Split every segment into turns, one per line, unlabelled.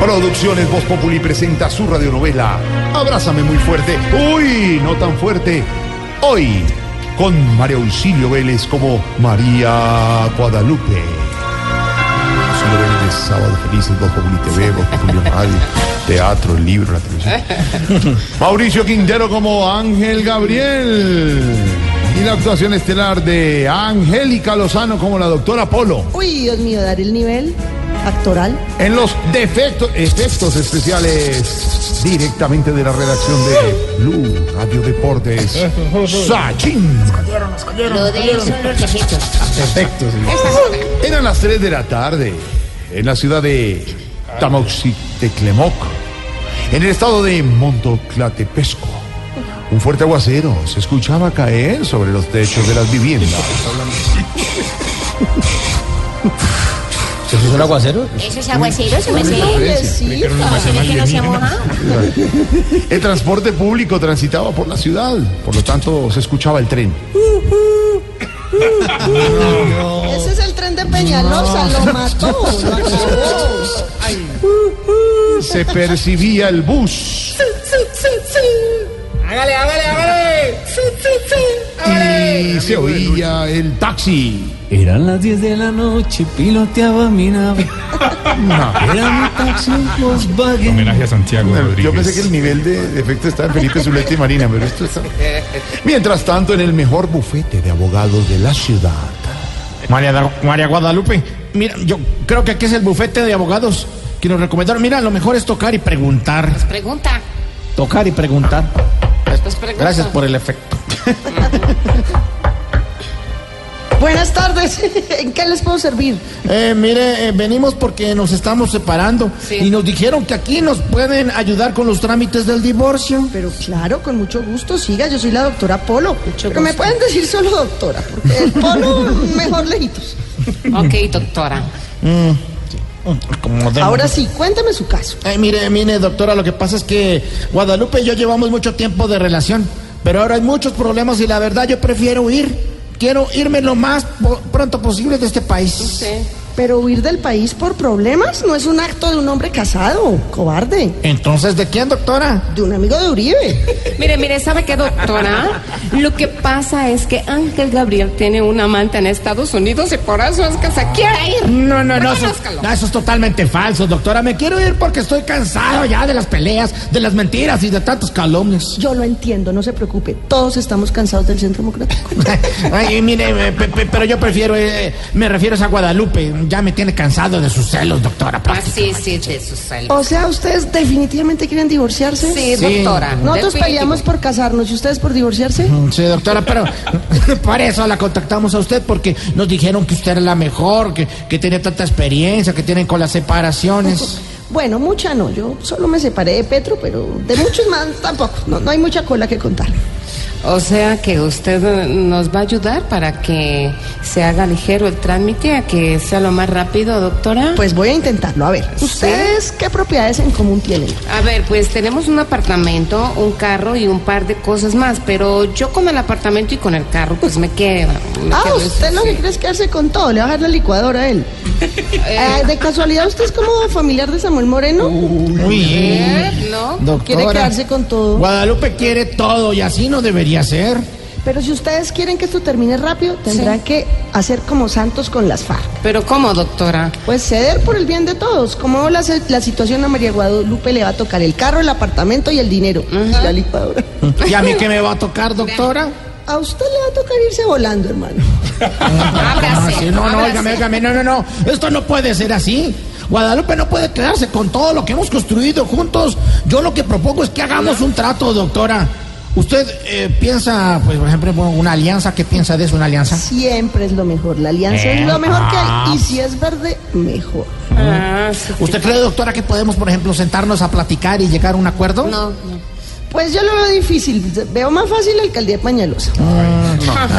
Producciones Voz Populi presenta su radionovela Abrázame muy fuerte, uy, no tan fuerte. Hoy, con María Auxilio Vélez como María Guadalupe. Auxilio Vélez, Sábado Felices, Voz Populi TV, Voz Populi Radio, Teatro, Libro, la televisión. Mauricio Quintero como Ángel Gabriel. Y la actuación estelar de Angélica Lozano como la doctora Polo.
Uy, Dios mío, dar el nivel actoral.
En los defectos, efectos especiales, directamente de la redacción de Blue Radio Deportes, Sachin.
Lo de él son los defectos.
Eran las 3 de la tarde en la ciudad de Tamaxiteclemoc, en el estado de Montoclatepesco. Un fuerte aguacero se escuchaba caer sobre los techos de las viviendas.
¿Se puso el aguacero?
Esos aguaceros, me sé.
Pobrecita.
que no se ha mojado.
El transporte público transitaba por la ciudad, por lo tanto se escuchaba el tren.
Ese es el tren de Peñalosa, lo mató. lo acabó.
Se percibía el bus
Hágale, hágale, hágale.
y se oía el taxi.
Eran las 10 de la noche, piloteaba mi nave. Era mi taxi Volkswagen.
Homenaje a Santiago Rodríguez.
Yo pensé que el nivel de de efecto estaba en Felipe Zuleta y Marina, pero esto está. Mientras tanto, en el mejor bufete de abogados de la ciudad.
María, Da- María Guadalupe, mira, yo creo que aquí es el bufete de abogados que nos recomendaron. Mira, lo mejor es tocar y preguntar.
Pregunta.
Tocar y preguntar.
pregunta.
Gracias por el efecto.
Buenas tardes. ¿En qué les puedo servir?
Eh, mire, eh, venimos porque nos estamos separando
Sí.
y nos dijeron que aquí nos pueden ayudar con los trámites del divorcio.
Pero claro, con mucho gusto, siga. Yo soy la doctora Polo. Que me pueden decir solo doctora, porque el Polo mejor lejitos.
Ok, doctora.
Como de-
Ahora sí, cuéntame su caso.
Ay, mire, mire, doctora, lo que pasa es que Guadalupe y yo llevamos mucho tiempo de relación, pero ahora hay muchos problemas y la verdad yo prefiero huir. Quiero irme lo más po- pronto posible de este país.
Pero huir del país por problemas no es un acto de un hombre casado, cobarde,
Entonces, ¿de quién, doctora?
de un amigo de Uribe.
Mire, mire, ¿sabe qué, doctora? Lo que pasa es que Ángel Gabriel tiene un amante en Estados Unidos y por eso es que se quiere ir.
No, no, no, eso,
Reconózcalo.
no, eso es totalmente falso, doctora. Me quiero ir porque estoy cansado ya de las peleas, de las mentiras y de tantos calumnias.
Yo lo entiendo, no se preocupe. Todos estamos cansados del Centro Democrático.
Ay, mire, eh, pe- pe- pero yo prefiero, eh, me refiero es a Guadalupe. Ya me tiene cansado de sus celos, doctora.
Así Ah, sí, de sus celos.
O sea, ¿ustedes definitivamente quieren divorciarse?
Sí,
Sí.
doctora.
Nosotros
Definitivo.
peleamos por casarnos y ustedes por divorciarse.
Sí, doctora, pero por eso la contactamos a usted, porque nos dijeron que usted era la mejor, que, que tiene tanta experiencia, que tienen con las separaciones.
Bueno, mucha no. Yo solo me separé de Petro, pero de muchos más tampoco. No, no hay mucha cola que contar.
O sea que usted eh, nos va a ayudar para que se haga ligero el trámite, a que sea lo más rápido, doctora.
Pues voy a intentarlo. A ver, ¿ustedes qué propiedades en común tienen?
A ver, pues tenemos un apartamento, un carro y un par de cosas más, pero yo con el apartamento y con el carro, pues me quedo. me
Ah,
quedo,
usted
sí,
lo que
sí.
quiere es quedarse con todo. Le va a dejar la licuadora a él. Eh, de casualidad, ¿usted es como familiar de Samuel Moreno?
Uy,
Eh, ¿No?
Quiere
Uh, doctora.
quedarse con todo.
Guadalupe quiere todo y así no debería ser.
Pero si ustedes quieren que esto termine rápido, tendrán que hacer como santos con las FARC.
Pero ¿cómo, doctora?
Pues ceder por el bien de todos. Como la, se- la situación a María Guadalupe le va a tocar el carro, el apartamento y el dinero. Y la licuadora.
¿Y a mí qué me va a tocar, doctora?
A usted le va a tocar irse volando, hermano.
No, Ah, sí, no, no,
ábrase.
óigame, óigame, no, no, no. Esto no puede ser así. Guadalupe no puede quedarse con todo lo que hemos construido juntos. Yo lo que propongo es que hagamos un trato, doctora. ¿Usted eh, piensa, pues, por ejemplo, en una alianza? ¿Qué piensa de eso, una alianza?
Siempre es lo mejor. La alianza es lo mejor que hay. Y si es verde, mejor.
Ah, sí.
¿Usted cree, doctora, que podemos, por ejemplo, sentarnos a platicar y llegar a un acuerdo?
No, no.
Pues yo lo veo difícil. Veo más fácil la alcaldía de Pañalosa.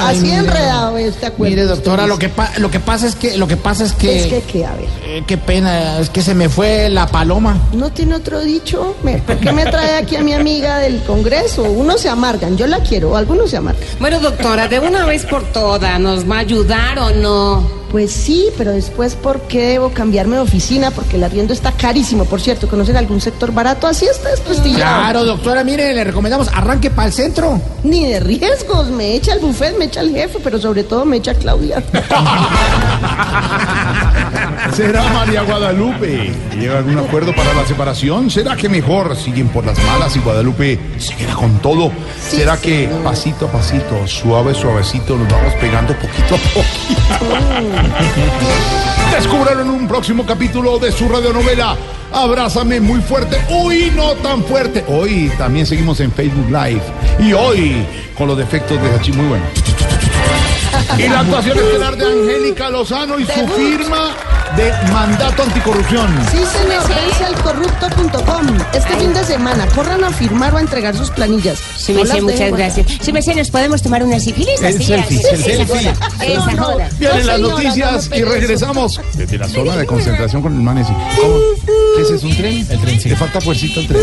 Así enredado, ¿eh? ¿Te acuerdas?
Mire, doctora, lo que, pa- lo que pasa es que... Lo que pasa es que...
Es que, ¿qué? A ver.
eh, qué pena, es que se me fue la paloma.
¿No tiene otro dicho? Me- ¿Por qué me trae aquí a mi amiga del Congreso? Unos se amargan, yo la quiero, algunos se amargan.
Bueno, doctora, de una vez por todas, ¿nos va a ayudar o no?
Pues sí, pero después, ¿por qué debo cambiarme de oficina? Porque el arriendo está carísimo, por cierto. ¿Conocen algún sector barato? Así está desprestigiado.
Claro, doctora, mire, le recomendamos arranque para el centro.
Ni de riesgos. Me echa el buffet, me echa el jefe, pero sobre todo me echa Claudia.
¿Será María Guadalupe? ¿Llega algún acuerdo para la separación? ¿Será que mejor siguen por las malas y Guadalupe se queda con todo? ¿Será que pasito a pasito, suave, suavecito, nos vamos pegando poquito a poquito? Descubran en un próximo capítulo de su radionovela. Abrázame muy fuerte. Uy, no tan fuerte. Hoy también seguimos en Facebook Live. Y hoy con los defectos de Hachi, muy bueno. Y la actuación estelar de Angélica Lozano y su firma de mandato anticorrupción.
Sí, señor, vence al corrupto.com. Este fin de semana, corran a firmar o a entregar sus planillas.
Sí,
No
me
las
sé, muchas
dejen guardar.
gracias. Sí, me sé, ¿nos podemos tomar una sífilis?
El
Así,
selfie,
así,
el
esa
selfie.
joda, Esa
No, no.
joda.
Vienen las
señora, no
noticias
me
y
pegue
regresamos desde la zona de concentración con el manes. ¿Cómo? ¿Qué es eso? ¿Un tren? El tren, sí. Le falta fuercita al tren.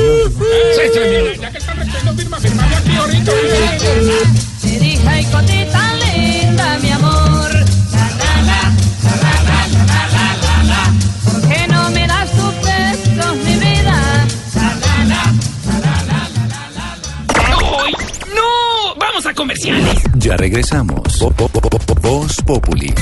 Dirija y cotita linda, mi amor. La, la, la, la, la, la, la, la, la, la. ¿Por qué no me das tus besos, mi vida? La, la, la, la, la, la, la, la, la.
¡Ay! ¡No! ¡Vamos a comerciales!
Ya regresamos. Vo- vo- vo- vo- Voz Populi.